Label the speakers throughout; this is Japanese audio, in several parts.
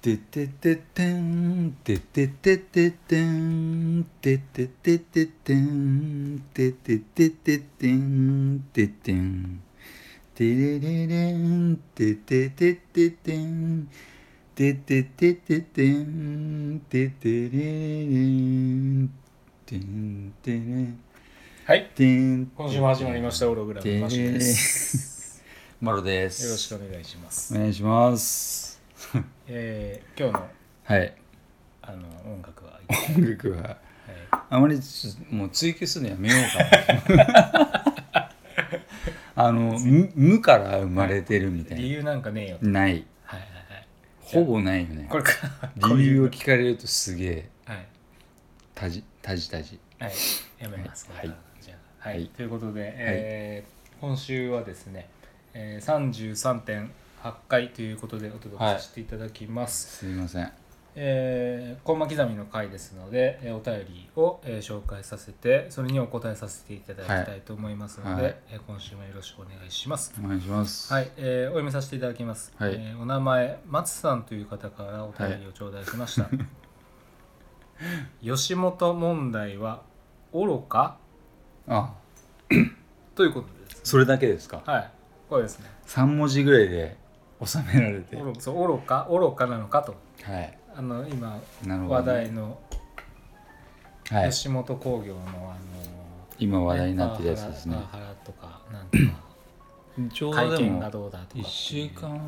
Speaker 1: ててててんてててててんてててててんてててててんててんてれれれんてててててんてててててんててれれれんてんてれ
Speaker 2: はい。
Speaker 1: てん
Speaker 2: 今週も始まりました、オログラムマシュです。
Speaker 1: マロです
Speaker 2: よろしくお願いします
Speaker 1: お。願いし ます
Speaker 2: えー、今日の
Speaker 1: はい
Speaker 2: あの音楽は、はい、
Speaker 1: 音楽はあまりちょっともう追求するのやめようかな あ の無無から生まれてるみた
Speaker 2: 理
Speaker 1: い
Speaker 2: 由なんかねえよ。
Speaker 1: なない
Speaker 2: はいはいはい。
Speaker 1: ほぼないよね
Speaker 2: これか。こう
Speaker 1: 理
Speaker 2: い
Speaker 1: 由
Speaker 2: う
Speaker 1: を聞かれるとすげえ
Speaker 2: はい。
Speaker 1: たじたじたじ
Speaker 2: はい。やめます。
Speaker 1: はい
Speaker 2: これからじゃあはい、
Speaker 1: はい
Speaker 2: ということで、えー今週はですね、えー、33.8回ということでお届けさせていただきます。
Speaker 1: すいません
Speaker 2: えー、コンマ刻みの回ですので、えーお便りを、えー紹介させてそれにお答えさせていただきたいと思いますので、
Speaker 1: はい
Speaker 2: えー今週もよろしくお願いします。
Speaker 1: お願いします
Speaker 2: はい、えーお読みさせていただきます、
Speaker 1: はい
Speaker 2: えーお名前松さんという方からお便りを頂戴しました、 吉本問題は愚か
Speaker 1: あ
Speaker 2: ということです
Speaker 1: それだけですか
Speaker 2: はいこれですね
Speaker 1: 三文字ぐらいで収められて
Speaker 2: 愚そう愚か愚かなのかと
Speaker 1: はい
Speaker 2: あの今
Speaker 1: なるほどね
Speaker 2: 話題の
Speaker 1: はい
Speaker 2: 吉本興業の、あの
Speaker 1: 今話題になってるやつですね
Speaker 2: パワハラパワハラとか、なんとか、
Speaker 1: ちょうど
Speaker 2: 会
Speaker 1: で
Speaker 2: 見が
Speaker 1: も
Speaker 2: どうだとか。
Speaker 1: 1週。間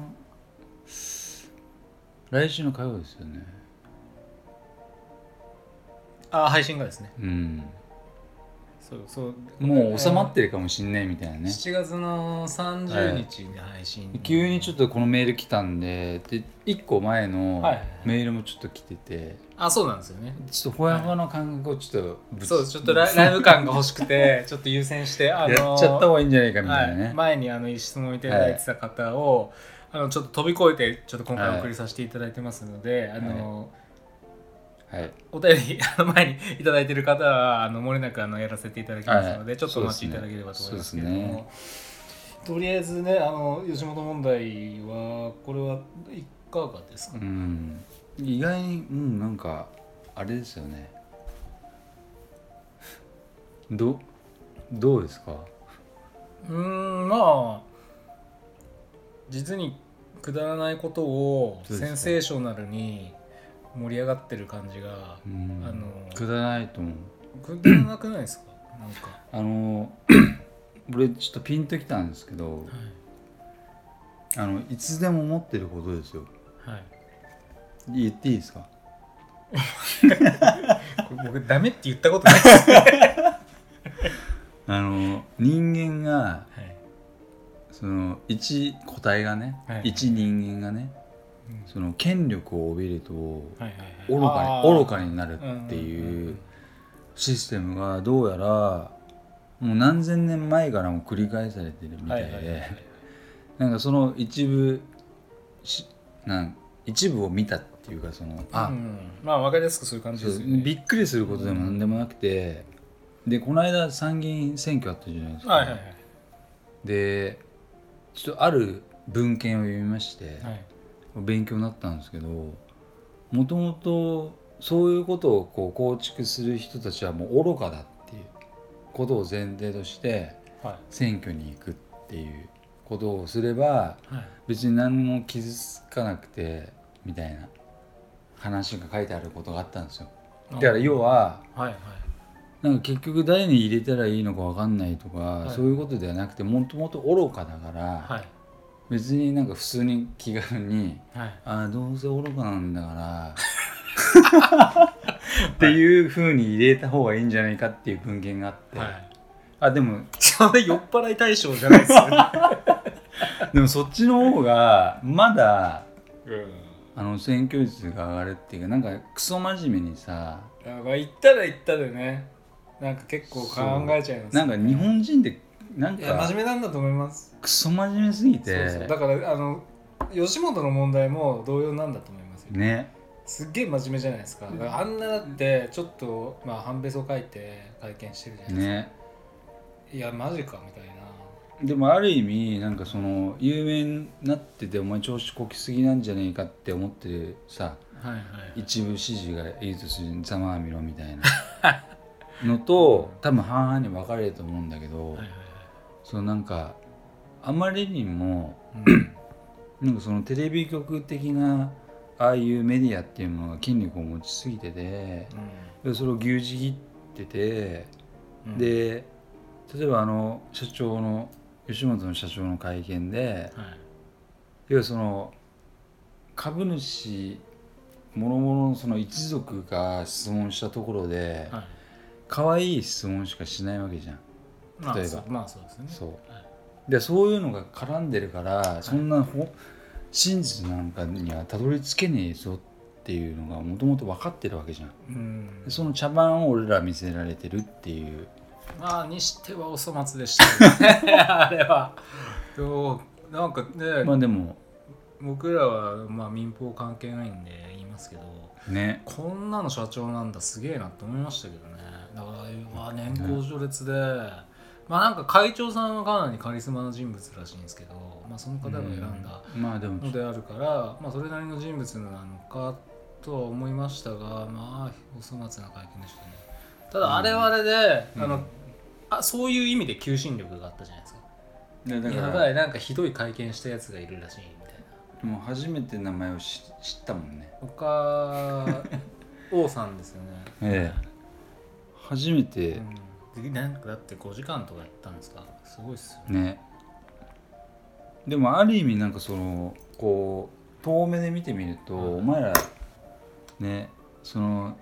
Speaker 1: 来週の火曜ですよね
Speaker 2: あ、配信がですね。
Speaker 1: うん
Speaker 2: そうそう。
Speaker 1: もう収まってるかもしんないみたいなね、
Speaker 2: 7月の30日に配信、
Speaker 1: 急にちょっ
Speaker 2: と。
Speaker 1: とこのメール来たんでで1個前の
Speaker 2: はいはい
Speaker 1: メールもちょっと来てて、
Speaker 2: あ、そうなんですよね。
Speaker 1: ちょっとほやほやの感覚をちょっとぶ
Speaker 2: そう、ちょっとライライブ感が欲しくて、ちょっと優 先して、あの
Speaker 1: やっちゃった方がいいんじゃないかみたいなね、
Speaker 2: はい、前にあの質問いただいてた方を、あのちょっと飛び越えてちょっと今回お送りさせていただいてますので、あの、
Speaker 1: はい
Speaker 2: お便り あの前にいただいてる方はあの漏れなくあのやらせていただきますの
Speaker 1: は
Speaker 2: で、
Speaker 1: い
Speaker 2: ちょっとお待ちいただければと思いますけれども、
Speaker 1: そう
Speaker 2: とりあえずねあの吉本問題はこれはいかがですか、
Speaker 1: うん意外にうんなんかあれですよねどどうですか
Speaker 2: うーんまあ実にくだらないことを
Speaker 1: そうですね
Speaker 2: センセーショナルに盛り上がってる感じが
Speaker 1: うん
Speaker 2: あの
Speaker 1: くだらないと思う
Speaker 2: くだらなくないですかなんか、
Speaker 1: あの 俺ちょっとピンときたんですけどあのいつでも思ってることですよ
Speaker 2: はいはい、
Speaker 1: 言っていいですか
Speaker 2: これ僕ダメって言っ たことないです、は
Speaker 1: あの人間が
Speaker 2: い
Speaker 1: その一個体がね、
Speaker 2: はい
Speaker 1: 一人間がね
Speaker 2: うん
Speaker 1: その権力を帯びると
Speaker 2: はいはい
Speaker 1: 愚か
Speaker 2: はい
Speaker 1: に愚
Speaker 2: に
Speaker 1: かになるって
Speaker 2: んんん
Speaker 1: い
Speaker 2: ん
Speaker 1: うシステムがどうやらもう何千年前からも繰り返されてるみたい
Speaker 2: はいはいはいは
Speaker 1: で
Speaker 2: い
Speaker 1: なんかその一部しなん一部を見たっていうかそのあ、
Speaker 2: うんまあ分かりやすくそういう感じ
Speaker 1: そ
Speaker 2: です
Speaker 1: う
Speaker 2: よね
Speaker 1: びっくりすることでも何でもなくて、でこの間参議院選挙あったじゃないですか、
Speaker 2: はいはいはい
Speaker 1: でちょっとある文献を読みまして、
Speaker 2: はい
Speaker 1: 勉強になったんですけどもともとそういうことをこう構築する人たちはもう愚かだっていうことを前提として
Speaker 2: は
Speaker 1: 選挙に行くっていうことをすれば
Speaker 2: いはい
Speaker 1: 別に何も傷つかなくてみたいな話が書いてあることがあったんですよ。だから要は
Speaker 2: はいはい
Speaker 1: なんか結局誰に入れたらいいのか分かんないとか、
Speaker 2: い
Speaker 1: そういうことではなくてもともと愚かだから、
Speaker 2: はい
Speaker 1: 別になんか普通に気軽に
Speaker 2: はい
Speaker 1: 「ああどうせ愚かなんだから」 っていうふうに入れた方がいいんじゃないかっていう文献があって、
Speaker 2: はい
Speaker 1: あでも
Speaker 2: それ酔っ払い対象じゃないですよね
Speaker 1: でもそっちの方がまだ
Speaker 2: うん
Speaker 1: あの選挙率が上がるっていうかなんかクソ真面目にさ
Speaker 2: だから言ったら言ったでねなんか結構考えちゃいます
Speaker 1: なんか日本人ってなん
Speaker 2: いや真
Speaker 1: か
Speaker 2: 面目なんだと思います
Speaker 1: クソ真面目すぎ
Speaker 2: そうそう
Speaker 1: て
Speaker 2: だからあの吉本の問題も同様なんだと思いますよ
Speaker 1: ね
Speaker 2: すっげえ真面目じゃないですかだからあんなだってちょっとまあ半べそ書いて会見してるじゃないですか
Speaker 1: ね
Speaker 2: いやマジかみたいな
Speaker 1: でもある意味なんかその有名になっててお前調子こきすぎなんじゃねえかって思ってるさ
Speaker 2: はいはい
Speaker 1: 一部支持がエイトスにざまあみろみたいな のと多分半々に分かれると思うんだけど、
Speaker 2: はいはい
Speaker 1: そのなんかあまりにも
Speaker 2: はいうん
Speaker 1: なんかそのテレビ局的なああいうメディアっていうものが筋力を持ちすぎててでそれを牛耳切ってて、
Speaker 2: うん
Speaker 1: で例えばあの社長の吉本の社長の会見で
Speaker 2: はい
Speaker 1: 要はその株主もろもろのその一族が質問したところで
Speaker 2: はい
Speaker 1: 可愛い質問しかしないわけじゃん
Speaker 2: まあ
Speaker 1: 例えば
Speaker 2: そうまあそうですね
Speaker 1: そう
Speaker 2: はい
Speaker 1: でそういうのが絡んでるからそんなほ真実なんかにはたどり着けねえぞっていうのがもともと分かってるわけじゃん
Speaker 2: うん
Speaker 1: でその茶番を俺ら見せられてるっていう
Speaker 2: まあにしてはお粗末でした ねあれはどうなんかね、
Speaker 1: まあでも
Speaker 2: 僕らはまあ民放関係ないんで言いますけど
Speaker 1: ね
Speaker 2: こんなの社長なんだすげえなって思いましたけどねだからうわ年功序列で、まあなんか会長さんはかなりカリスマの人物らしいんですけど、まあ、その方が選んだ
Speaker 1: うんまあでも
Speaker 2: のであるから、まあ、それなりの人物なのかとは思いましたがまあお粗末な会見でしたねただあれはあれで、
Speaker 1: うん
Speaker 2: あ
Speaker 1: う
Speaker 2: の
Speaker 1: ん
Speaker 2: あそういう意味で求心力があったじゃないですか
Speaker 1: でだ
Speaker 2: やばいなんかひどい会見したやつがいるらしいみたいな
Speaker 1: もう初めて名前を知知ったもんね
Speaker 2: 他王さんです よね
Speaker 1: え初めて
Speaker 2: うんでなんかだって5時間とかやったんですかすごいっすよね
Speaker 1: ねでもある意味なんかそのこう遠目で見てみると、
Speaker 2: うん
Speaker 1: お前らねその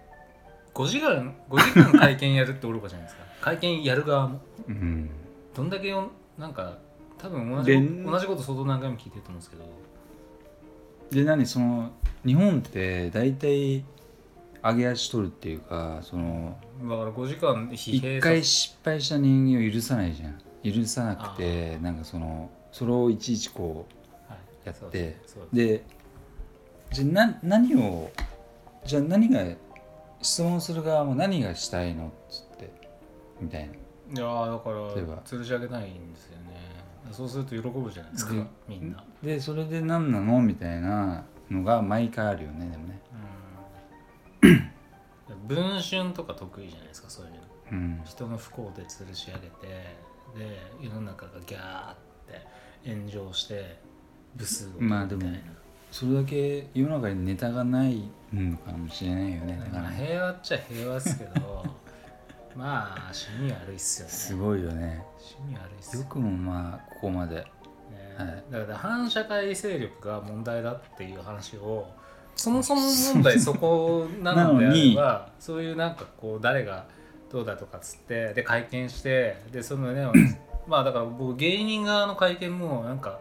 Speaker 2: 5時間5時間会見やるって愚かじゃないですか 会見やる側も
Speaker 1: うん
Speaker 2: どんだけよなんか多分同じ
Speaker 1: で
Speaker 2: こと同じこと相当何回も聞いてると思うんですけど
Speaker 1: で何その日本って大体上げ足取るっていうかその
Speaker 2: だから5時間疲弊
Speaker 1: 一回失敗した人間を許さないじゃん許さなくてなんかそのそれをいちいちこうやって
Speaker 2: そうです
Speaker 1: でじゃあな何をじゃあ何が質問する側も何がしたいのっつってみたいない
Speaker 2: やーだから
Speaker 1: 例えば
Speaker 2: 吊るし上げないんですよねそうすると喜ぶじゃないですか
Speaker 1: うん
Speaker 2: みんな
Speaker 1: でそれで何なのみたいなのが毎回あるよねでもね
Speaker 2: うん文春とか得意じゃないですかそういうの
Speaker 1: うん
Speaker 2: 人の不幸で吊るし上げてで世の中がギャーって炎上して部数を取る
Speaker 1: まあでも
Speaker 2: みたい
Speaker 1: それだけ世の中にネタがないのかもしれないよねだ
Speaker 2: な
Speaker 1: から
Speaker 2: まあ
Speaker 1: ね
Speaker 2: 平和っちゃ平和っすけ どまあ趣味悪いっすよね
Speaker 1: すごいよね
Speaker 2: 趣味悪いっす
Speaker 1: よ
Speaker 2: よね
Speaker 1: くもまあここまではい
Speaker 2: だから反社会勢力が問題だっていう話 をそもそも問題そこなのであればそういうなんかこう誰がどうだとかっつってで会見してでそのね まあだから僕芸人側の会見もなんか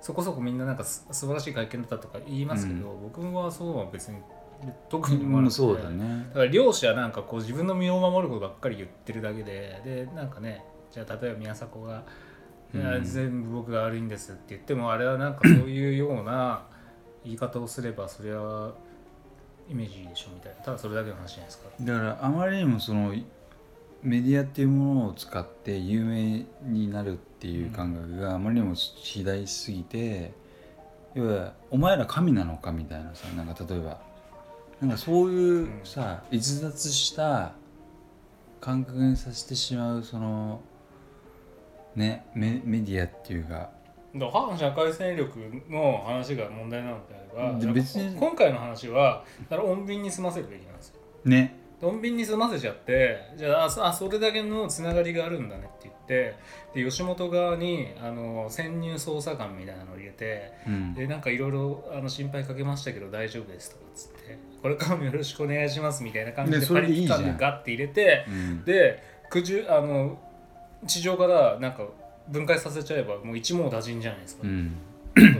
Speaker 2: そこそこみんななんかす素晴らしい会見だったとか言いますけど、僕はそうは別に特に思わ
Speaker 1: う
Speaker 2: な
Speaker 1: ん
Speaker 2: くて
Speaker 1: そうだね
Speaker 2: だから漁師はなんかこう自分の身を守ることばっかり言ってるだけででなんかねじゃあ例えば宮迫が、いや
Speaker 1: うん
Speaker 2: 全部僕が悪いんですって言ってもあれはなんかそういうような言い方をすればそれはイメージいいでしょみたいなただそれだけの話じゃないですか。
Speaker 1: だからあまりにもそのメディアっていうものを使って有名になるっていう感覚があまりにも肥大しすぎて、要はお前ら神なのかみたいなさなんか例えばなんかそういうさ逸脱した感覚にさせてしまうそのねメメディアっていうか
Speaker 2: だから反社会勢力の話が問題なのであれば
Speaker 1: で
Speaker 2: なんか
Speaker 1: 別に
Speaker 2: 今回の話はだから穏便に済ませるべきなんですよ。
Speaker 1: ね
Speaker 2: 穏便に済ませちゃってじゃああそあそれだけのつながりがあるんだねって言ってで吉本側にあの潜入捜査官みたいなのを入れて
Speaker 1: うん
Speaker 2: でなんかいろいろあの心配かけましたけど大丈夫ですとかっつってこれからもよろしくお願いしますみたいな感じ
Speaker 1: ね
Speaker 2: で
Speaker 1: それ
Speaker 2: パ
Speaker 1: でいい
Speaker 2: リピ
Speaker 1: じゃん
Speaker 2: 感でガッて入れて
Speaker 1: うん
Speaker 2: でくじゅあの地上からなんか分解させちゃえばもう一網打尽じゃないですか,、
Speaker 1: うん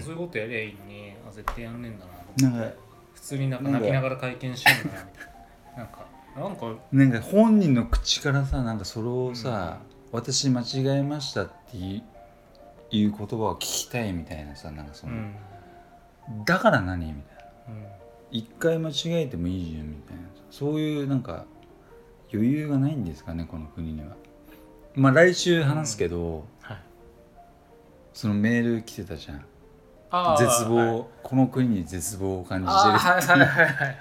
Speaker 2: そういうことやりゃいいのにあ絶対やんねえんだなと思って
Speaker 1: なんか
Speaker 2: 普通になん
Speaker 1: な
Speaker 2: か
Speaker 1: んか
Speaker 2: 泣きながら会見してるんだなみたいななんかなんか
Speaker 1: なんか本人の口からさなんかそれをさ、私間違えましたっていういう言葉を聞きたいみたいなさなんかそうの、
Speaker 2: ん
Speaker 1: だから何みたいな
Speaker 2: うん
Speaker 1: 一回間違えてもいいじゃんみたいなそういうなんか余裕がないんですかねこの国にはまあ来週話すけど、
Speaker 2: はい
Speaker 1: そのメール来てたじゃん
Speaker 2: あー
Speaker 1: 絶望、
Speaker 2: はい
Speaker 1: この国に絶望を感じて
Speaker 2: あー
Speaker 1: る
Speaker 2: はいはいはいはいはい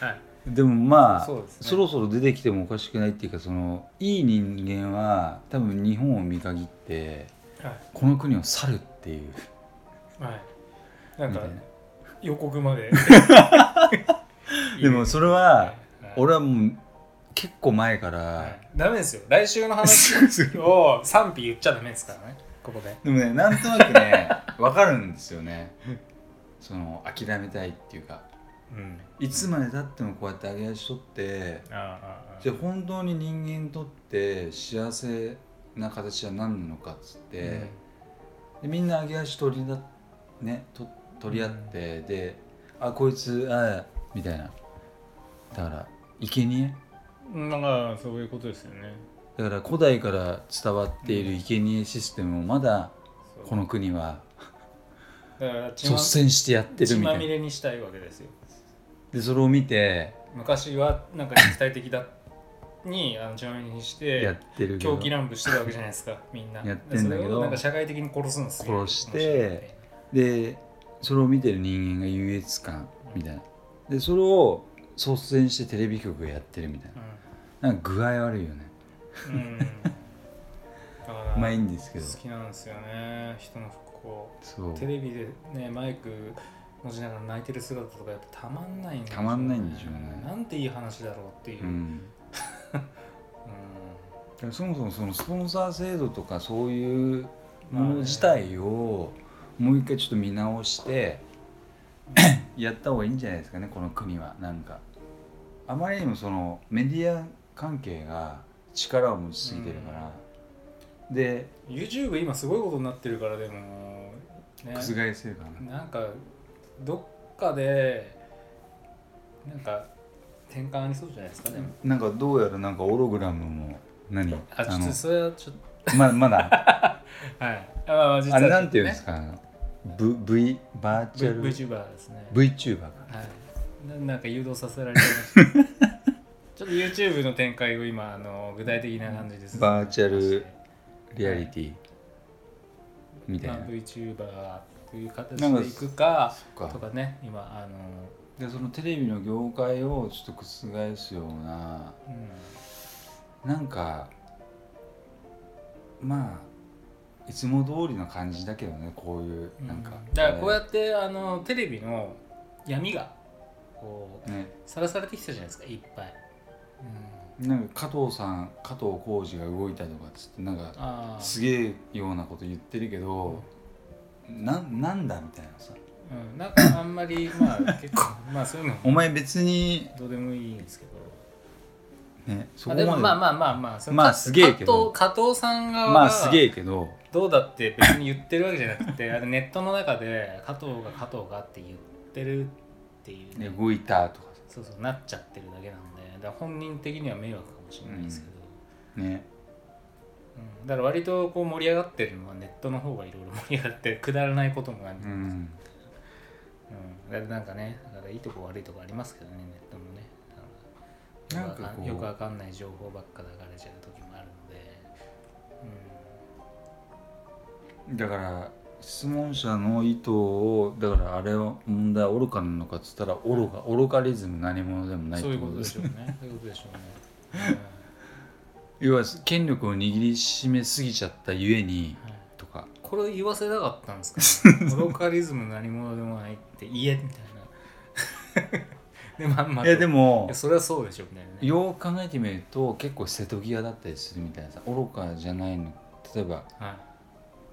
Speaker 2: はい
Speaker 1: でもまあそ,、
Speaker 2: そうですね
Speaker 1: ろそろ出てきてもおかしくないっていうかそのいい人間は多分日本を見限って
Speaker 2: はい
Speaker 1: この国を去るっていう
Speaker 2: はいなん
Speaker 1: み
Speaker 2: か
Speaker 1: たいな
Speaker 2: 予告まで
Speaker 1: でもそれは
Speaker 2: 俺
Speaker 1: 俺はもう結構前から、
Speaker 2: ダメですよ来週の話 を賛否言っちゃダメですからねここで
Speaker 1: でもねなんとなくね わかるんですよねその諦めたいっていうか
Speaker 2: うん
Speaker 1: いつまでたってもこうやって上げ足取って
Speaker 2: あーあーあー
Speaker 1: じゃあ本当に人間にとって幸せな形は何なのかっつって、でみんな揚げ足取りだねと取り合って、であこいつああみたいなだから生贄
Speaker 2: うんなんかそういうことですよね
Speaker 1: だから古代から伝わっている生贄システムをまだ
Speaker 2: そう
Speaker 1: この国は
Speaker 2: だから血
Speaker 1: 率
Speaker 2: ま
Speaker 1: 先してやってる
Speaker 2: 血
Speaker 1: みた
Speaker 2: ま
Speaker 1: い
Speaker 2: み
Speaker 1: な
Speaker 2: れにしたいわけですよ
Speaker 1: でそれを見て
Speaker 2: 昔はなんか肉体的だにあの血まみれにし
Speaker 1: やっててるけ
Speaker 2: 狂
Speaker 1: ど
Speaker 2: 気乱舞してるわけじゃないです かみんな
Speaker 1: やってんだけど
Speaker 2: それをなんか社会的に殺すんですよ
Speaker 1: 殺してでそれを見てる人間が優越感みたいなでそれを率先してテレビ局がやってるみたいななんか具合悪いよね
Speaker 2: うん、うん、だ から
Speaker 1: まあいいんですけど
Speaker 2: 好きなんですよね人の復興
Speaker 1: そう
Speaker 2: テレビでねマイク持ちながら泣いてる姿とかやっぱたまんないんでしょ
Speaker 1: た
Speaker 2: うね
Speaker 1: まんないんでしょうね
Speaker 2: なんていい話だろうっていう、
Speaker 1: う
Speaker 2: うん
Speaker 1: んだからそもそもそのスポンサー制度とかそういうもの自体をもう一回ちょっと見直して、やった方がいいんじゃないですかねこの国はなんかあまりにもそのメディア関係が力を持ちすぎてるから、で
Speaker 2: YouTube 今すごいことになってるからでもね
Speaker 1: 覆せるか
Speaker 2: なんかどっかでなんか転換ありそうじゃないですか
Speaker 1: な、
Speaker 2: でも、
Speaker 1: なんかどうやらなんかオログラムも何
Speaker 2: あちょっとそれはちょっ
Speaker 1: まま だ
Speaker 2: とはいあ実
Speaker 1: あ
Speaker 2: はちょっとね
Speaker 1: れなんていうんですか、v, v バーチ
Speaker 2: V-
Speaker 1: ャル
Speaker 2: VTuber ですね
Speaker 1: VTuber が
Speaker 2: はい、ななんか誘導させられて ましたちょっと YouTube の展開を今あの具体的な感じです
Speaker 1: バーチャルリアリティみたい
Speaker 2: ま
Speaker 1: な
Speaker 2: あ、。VTuber という形
Speaker 1: なんか
Speaker 2: でいくか
Speaker 1: そっか
Speaker 2: とかね今あの、
Speaker 1: でそのテレビの業界をちょっと覆すような
Speaker 2: う、
Speaker 1: なんかまあいつも通りの感じだけどねこういうんなんか、
Speaker 2: だからこうやってあのテレビの闇がこう
Speaker 1: ね
Speaker 2: さらされてきたじゃないですかいっぱい、うん、
Speaker 1: なんか加藤さん加藤浩次が動いたとかっつってなんか
Speaker 2: ああ
Speaker 1: すげえようなこと言ってるけど、なん、なんだみたいなさ
Speaker 2: うん、なんかあんまりまあ 結構まあそういうの
Speaker 1: お前別に
Speaker 2: どうでもいいんですけど
Speaker 1: ねそ
Speaker 2: ま
Speaker 1: こま
Speaker 2: あ、で
Speaker 1: で
Speaker 2: もまあまあまあまあその
Speaker 1: まあすげえけど
Speaker 2: 加藤加藤さん側が
Speaker 1: まあすげえけど
Speaker 2: どうだって別に言ってるわけじゃなくてあれネットの中で加藤が加藤がって言ってるっていう、ね
Speaker 1: ね動いたとかさ
Speaker 2: そうそうなっちゃってるだけなんでだから本人的には迷惑かもしれないですけど、
Speaker 1: ね
Speaker 2: うんだから割とこう盛り上がってるのはネットの方がいろいろ盛り上がってくだらないこともある、
Speaker 1: う
Speaker 2: うん
Speaker 1: ん
Speaker 2: だからなんかねだからいいとこ悪いとこありますけどねネットもねだから
Speaker 1: なんかこう
Speaker 2: よくわかんない情報ばっか流れちゃう時もあるので、うん、
Speaker 1: だから質問者の意図をだからあれは問題は愚かなのかっつったら愚か愚かリズム何者でもない
Speaker 2: そういうことでし
Speaker 1: ょ
Speaker 2: ょう ね。そういうことでしょうね。
Speaker 1: 要は権力を握りしめすぎちゃったゆえに
Speaker 2: うんはい
Speaker 1: とか
Speaker 2: これを言わせたかったんです か、ね、ロカリズム何者でもない って言えみたいな。でまんま
Speaker 1: い
Speaker 2: と
Speaker 1: やで
Speaker 2: い
Speaker 1: も
Speaker 2: やそれはそうでしょみたいなね。
Speaker 1: よく考えてみると結構瀬戸際だったりするみたいなさ愚かじゃないの例えば
Speaker 2: は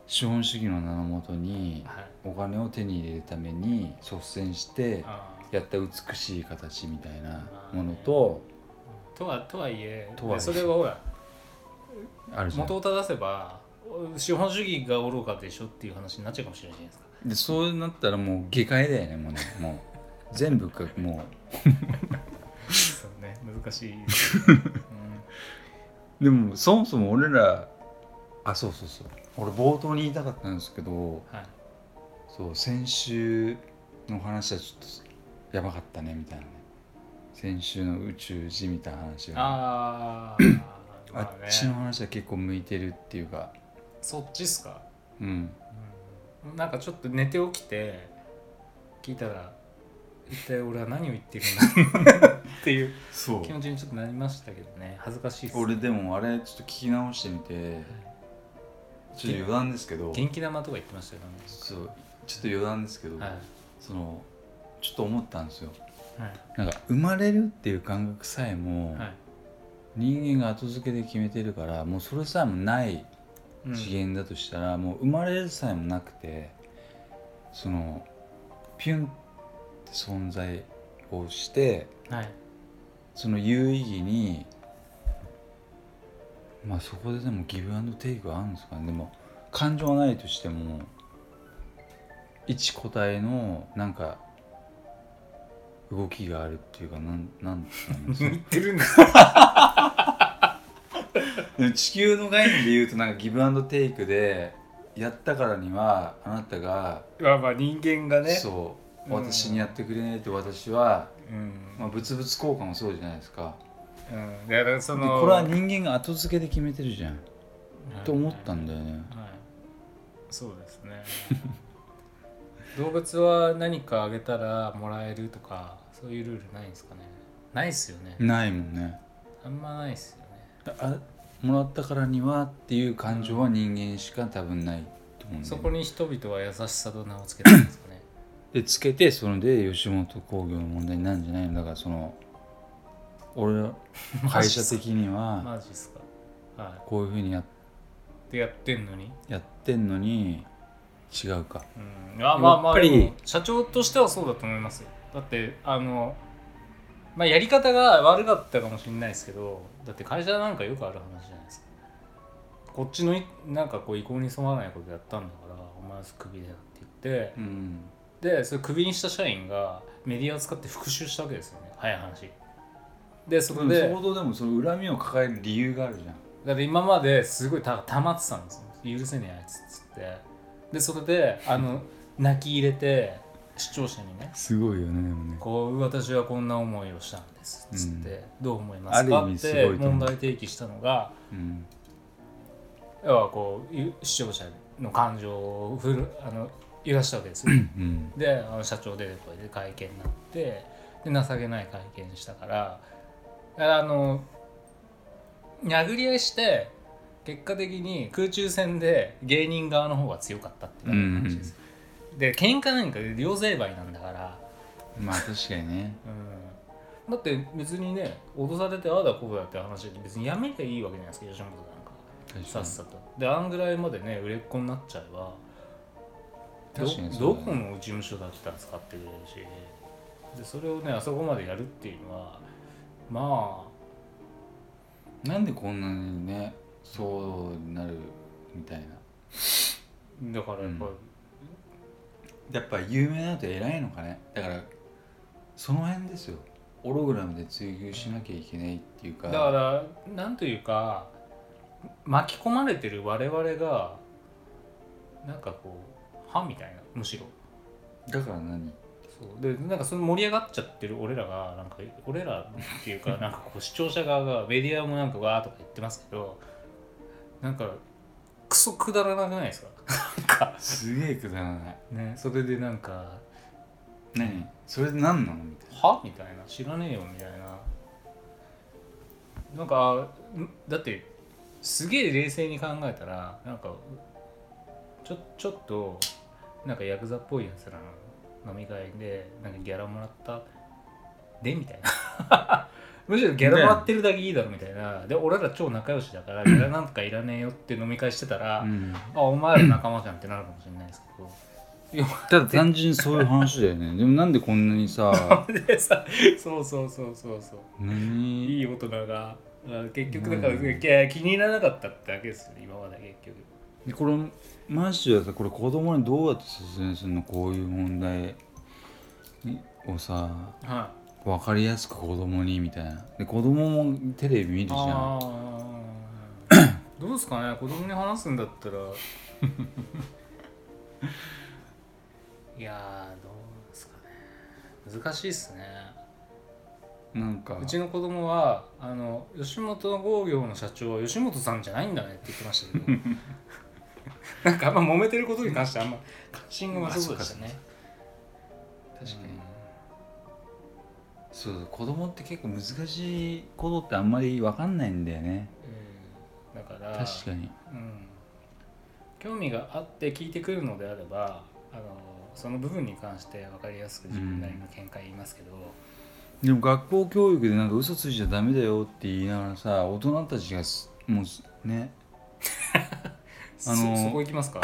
Speaker 1: 資本主義の名のもとに
Speaker 2: いはい。
Speaker 1: お金を手に入れるために率先して
Speaker 2: あ
Speaker 1: やった美しい形みたいなものと
Speaker 2: ーとはとはいえ、
Speaker 1: とはいえ
Speaker 2: それはほら
Speaker 1: あるじゃん
Speaker 2: 元を正せば資本主義が愚かでしょっていう話になっちゃうかもしれないじゃないですか。
Speaker 1: でそうなったらもう下界だよねもうねも う全部かも
Speaker 2: そうね難し いですね、
Speaker 1: うでもそもそも俺らあそうそうそう俺冒頭に言いたかったんですけど
Speaker 2: うんはい。
Speaker 1: そう先週の話はちょっとやばかったねみたいなね先週の宇宙人みたいな話が
Speaker 2: あー
Speaker 1: あっちの話は結構向いてるっていうか
Speaker 2: そっちっすか。
Speaker 1: うん
Speaker 2: うんなんかちょっと寝て起きて聞いたら一体俺は何を言ってるんだっていう
Speaker 1: そう
Speaker 2: 気持ちにちょっとなりましたけどね恥ずかしいです
Speaker 1: 俺でもあれちょっと聞き直してみてちょっと余談ですけど
Speaker 2: 元気玉とか言ってましたよなんか
Speaker 1: そうちょっと余談ですけど、
Speaker 2: はい
Speaker 1: そのちょっと思ったんですよ
Speaker 2: はい
Speaker 1: なんか生まれるっていう感覚さえも、
Speaker 2: はい
Speaker 1: 人間が後付けで決めてるからもうそれさえもない
Speaker 2: うん
Speaker 1: 次元だとしたら、もう生まれるさえもなくてそのピュンって存在をして
Speaker 2: はい
Speaker 1: その有意義にまあそこででもギブアンドテイクはあるんですかねでも感情はないとしても一個体のなんか動きがあるっていうかなんなんですかねその
Speaker 2: 言ってるんですか
Speaker 1: でも 地球の概念で言うとなんかギブアンドテイクでやったからにはあなたが、
Speaker 2: まあまあ人間がね
Speaker 1: そう
Speaker 2: うん
Speaker 1: 私にやってくれないと私は、
Speaker 2: うん
Speaker 1: まあ、物々交換もそうじゃないですか
Speaker 2: うんだからそ
Speaker 1: で
Speaker 2: の
Speaker 1: これは人間が後付けで決めてるじゃん
Speaker 2: はい
Speaker 1: と思ったんだよね
Speaker 2: はいそうですね 動物は何かあげたらもらえるとかそういうルールないんですかねないっすよね
Speaker 1: ないもんね
Speaker 2: あんまないっすよね
Speaker 1: あもらったからにはっていう感情は人間しか多分ないと思うんだよね
Speaker 2: そこに人々は優しさと名を付けたんです かね
Speaker 1: でつけてそれで吉本興業の問題になるんじゃないのだからその俺ら会社的には
Speaker 2: マジっすかは
Speaker 1: こういうふうにやっ
Speaker 2: いでやってんのに
Speaker 1: やってんのに違うか
Speaker 2: うんあまあまあ
Speaker 1: やっぱり
Speaker 2: でも社長としてはそうだと思いますよだってあのまあやり方が悪かったかもしれないですけどだって会社なんかよくある話じゃないですかこっちのいなんかこう意向に沿わないことやったんだからお前はクビだよって言って
Speaker 1: うん
Speaker 2: でそれクビにした社員がメディアを使って復讐したわけですよね早い話でそこで、
Speaker 1: でも相当でもその恨みを抱える理由があるじゃん
Speaker 2: だって今まですごいた溜まってたんですよ許せねえあいつっつってでそれであの泣き入れて視聴者にね
Speaker 1: すごいよねでもね
Speaker 2: こう私はこんな思いをしたんですっつって、
Speaker 1: うん
Speaker 2: どう思います
Speaker 1: あ
Speaker 2: か
Speaker 1: る意
Speaker 2: っ
Speaker 1: 味す
Speaker 2: て
Speaker 1: ごいと思う
Speaker 2: 問題提起したのが
Speaker 1: うん
Speaker 2: 要はこうゆ視聴者の感情をふるあの揺らしたわけですよ
Speaker 1: うん
Speaker 2: であの社長出てこいで会見になってで情けない会見したからだからあの殴り合いして結果的に空中戦で芸人側の方が強かったっていう話です、で喧嘩なんかで両成敗なんだから、
Speaker 1: まあ確かにね
Speaker 2: うん、だって別にね脅されてああだこうだって話で別にやめりゃいいわけじゃないですか吉本なんか
Speaker 1: 確
Speaker 2: さ
Speaker 1: か
Speaker 2: っ
Speaker 1: に
Speaker 2: さとであんぐらいまでね売れっ子になっちゃえばど
Speaker 1: 確かにそうだね
Speaker 2: どこの事務所だったんですかってくれるしでそれをねあそこまでやるっていうのはま
Speaker 1: なんでこんなにねそうなるみたいな
Speaker 2: あだからやっぱり、
Speaker 1: やっぱ有名だと偉いのかねだからその辺ですよオログラムで追求しなきゃいけないっていうか
Speaker 2: だからなんというか巻き込まれてる我々がなんかこう歯みたいなむしろ
Speaker 1: だから何
Speaker 2: そうでなんかその盛り上がっちゃってる俺らがなんか俺らっていうかなんかこう視聴者側がメディアもなんかわーとか言ってますけどなんかクソくだらなくないですかなんか
Speaker 1: すげえくだらない
Speaker 2: ねそれでなんか
Speaker 1: 何それで何なのみたい
Speaker 2: はみたいな知らねえよみたいななんかんだってすげえ冷静に考えたらなんかちょちょっとなんかヤクザっぽいやつらの飲み会でなんかギャラもらったでみたいな むしろギャラもらってるだけいいだろみたいな、で俺ら超仲良しだからギャラなんかいらねえよって飲み会してたら、
Speaker 1: な、うん
Speaker 2: あお前ら仲間じゃんってなるかもしれないですけど
Speaker 1: ただ単純にそういう話だよね でもなんでこんなに さ
Speaker 2: でさそうそうそうそうそう
Speaker 1: 何
Speaker 2: いい大人があ結局だから、
Speaker 1: うん
Speaker 2: いや気にならなかったってだけですよね今まで結局
Speaker 1: でこれマジでさこれ子供にどうやって説明するのこういう問題をさ
Speaker 2: は
Speaker 1: 分かりやすく子供にみたいなで子供もテレビ見る
Speaker 2: い
Speaker 1: じゃん
Speaker 2: あどうですかね子供に話すんだったら いやーどうですかね難しいっすね
Speaker 1: なんか
Speaker 2: うちの子供は あの吉本興業の社長は吉本さんじゃないんだねって言ってましたけどなんかあんま揉めてることに関してあんま関心がなさそうでしたね確かに、
Speaker 1: そう子供って結構難しいことってあんまり分かんないんだよね
Speaker 2: うん、だから
Speaker 1: 確かに
Speaker 2: うん、興味があって聞いてくるのであればあのその部分に関して分かりやすく自分なりの見解言いますけど、
Speaker 1: でも学校教育でなんか嘘ついちゃダメだよって言いながらさ大人たちがすもうすねあのー
Speaker 2: そそこ行きますか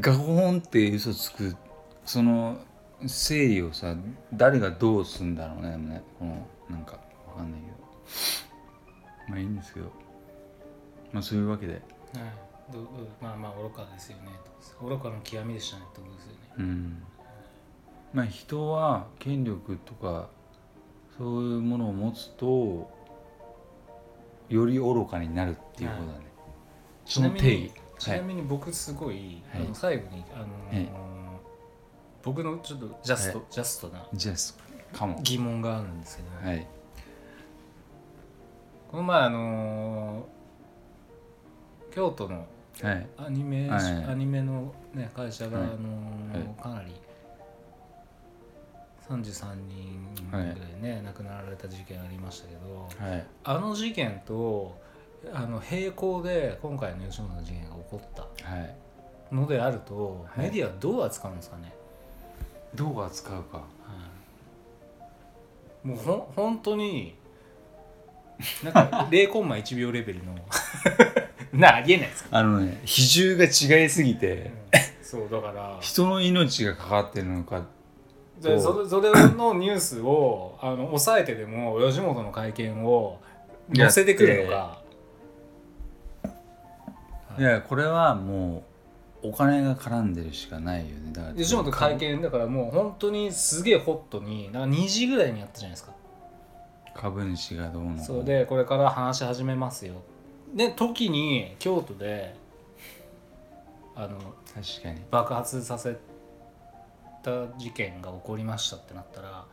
Speaker 1: ガホンって嘘つくその整理をさ誰がどうすんだろうねでもねこのなんかわかんないけどまあいいんですけどまあそういうわけで
Speaker 2: はいどうどうまあまあ愚かですよねと愚かの極みでしたねってことですよね
Speaker 1: うんまあ人は権力とかそういうものを持つとより愚かになるっていうことだね、そ
Speaker 2: ち
Speaker 1: の
Speaker 2: なみに
Speaker 1: 定義
Speaker 2: ちなみに僕すごい、
Speaker 1: はい
Speaker 2: あの最後に、あのー
Speaker 1: はい
Speaker 2: 僕のちょっとジャスト、
Speaker 1: は
Speaker 2: ジャストな
Speaker 1: ジャスかも
Speaker 2: 疑問があるんですけど、
Speaker 1: はい
Speaker 2: この前あのー京都の
Speaker 1: はい
Speaker 2: アニメ、
Speaker 1: はい
Speaker 2: アニメの、ね、会社が、
Speaker 1: はい
Speaker 2: あのー
Speaker 1: は
Speaker 2: かなり33人ぐらいね、亡くなられた事件ありましたけど
Speaker 1: はい
Speaker 2: あの事件とあの並行で今回の吉本の事件が起こった
Speaker 1: はい
Speaker 2: のであると、
Speaker 1: はい
Speaker 2: メディアはどう扱うんですかね、
Speaker 1: どう扱うか
Speaker 2: もうほん本当にな んか0コンマ1秒レベルの なありえないですか、
Speaker 1: あのね比重が違いすぎて
Speaker 2: そうだ から
Speaker 1: 人の命がかかってるのか
Speaker 2: で
Speaker 1: そ
Speaker 2: そうれそれのニュースをあの抑えてでも吉本の会見を載せてくるのか
Speaker 1: いやこれはもうお金が絡んでるしかないよねだから
Speaker 2: 吉本会見だからもう本当にすげえホットになんか2時ぐらいにやったじゃないですか、
Speaker 1: 株主がどうのこうの
Speaker 2: それでこれから話し始めますよで時に京都であの
Speaker 1: 確かに
Speaker 2: 爆発させた事件が起こりましたってなったら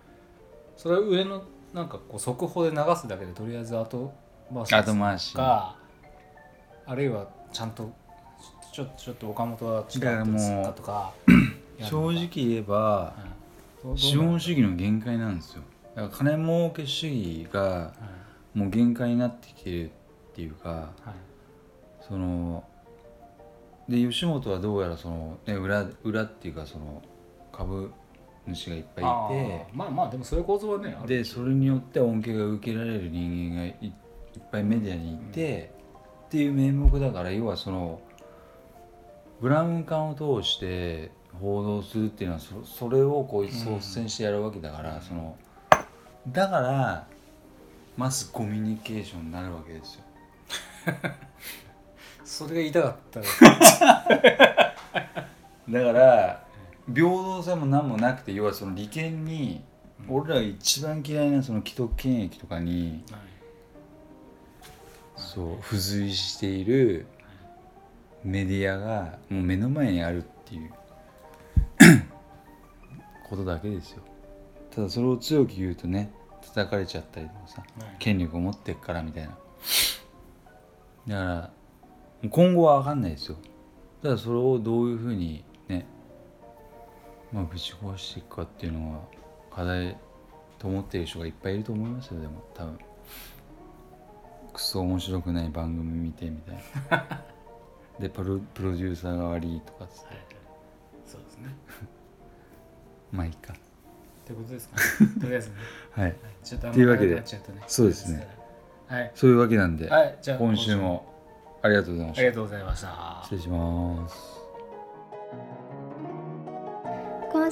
Speaker 2: それを上のなんかこう速報で流すだけでとりあえず後回し
Speaker 1: 後回しだ
Speaker 2: かあるいはちゃんとちょちょちょっと岡本は違
Speaker 1: だから
Speaker 2: う
Speaker 1: も
Speaker 2: ん
Speaker 1: う
Speaker 2: ですかとかやる の
Speaker 1: 正
Speaker 2: か
Speaker 1: 直言えば
Speaker 2: うん
Speaker 1: 資
Speaker 2: どうどうな
Speaker 1: 本
Speaker 2: ん
Speaker 1: 主義の限界なんですよだから金儲け主義が
Speaker 2: だろう
Speaker 1: もう限界になってきてるっていうか
Speaker 2: はい
Speaker 1: そので吉本はどうやらその、ね、裏裏っていうかその株主がいっぱいい
Speaker 2: はいあーまあまあでもそういう構造はねあ
Speaker 1: てで
Speaker 2: る
Speaker 1: それによって恩恵が受けられる人間がいいっぱいメディアにいて、っていう名目だから要はそのブラウン管を通して報道するっていうのはそそれをこう率先してやるわけだから、
Speaker 2: うん
Speaker 1: そのだからマスコミュニケーションになるわけですよ。
Speaker 2: それが言いたかったら
Speaker 1: だから平等さも何もなくて要はその利権に
Speaker 2: うん
Speaker 1: 俺らが一番嫌いなその既得権益とかに
Speaker 2: はい
Speaker 1: そう付随しているメディアがもう目の前にあるっていう ことだけですよただそれを強く言うとね叩かれちゃったりとかさ
Speaker 2: はい
Speaker 1: 権力を持ってっからみたいなだから今後は分かんないですよただそれをどういうふうにねまあぶち壊していくかっていうのは課題と思ってる人がいっぱいいると思いますよでも多分クソ面白くない番組見てみたいな でプロプロデューサーが悪いとかっつって
Speaker 2: はいそうですね
Speaker 1: まあいいか
Speaker 2: ってことですか、ね、 とりあえずね
Speaker 1: はい
Speaker 2: はいちょっとあん
Speaker 1: という
Speaker 2: ま
Speaker 1: わけ
Speaker 2: 長
Speaker 1: で
Speaker 2: くなっちゃうとね
Speaker 1: そうですね
Speaker 2: はい
Speaker 1: そういうわけなんで、
Speaker 2: はいじゃあ
Speaker 1: 今週もありがとうございました
Speaker 2: 今週もありがとうございました
Speaker 1: 失礼します
Speaker 3: 今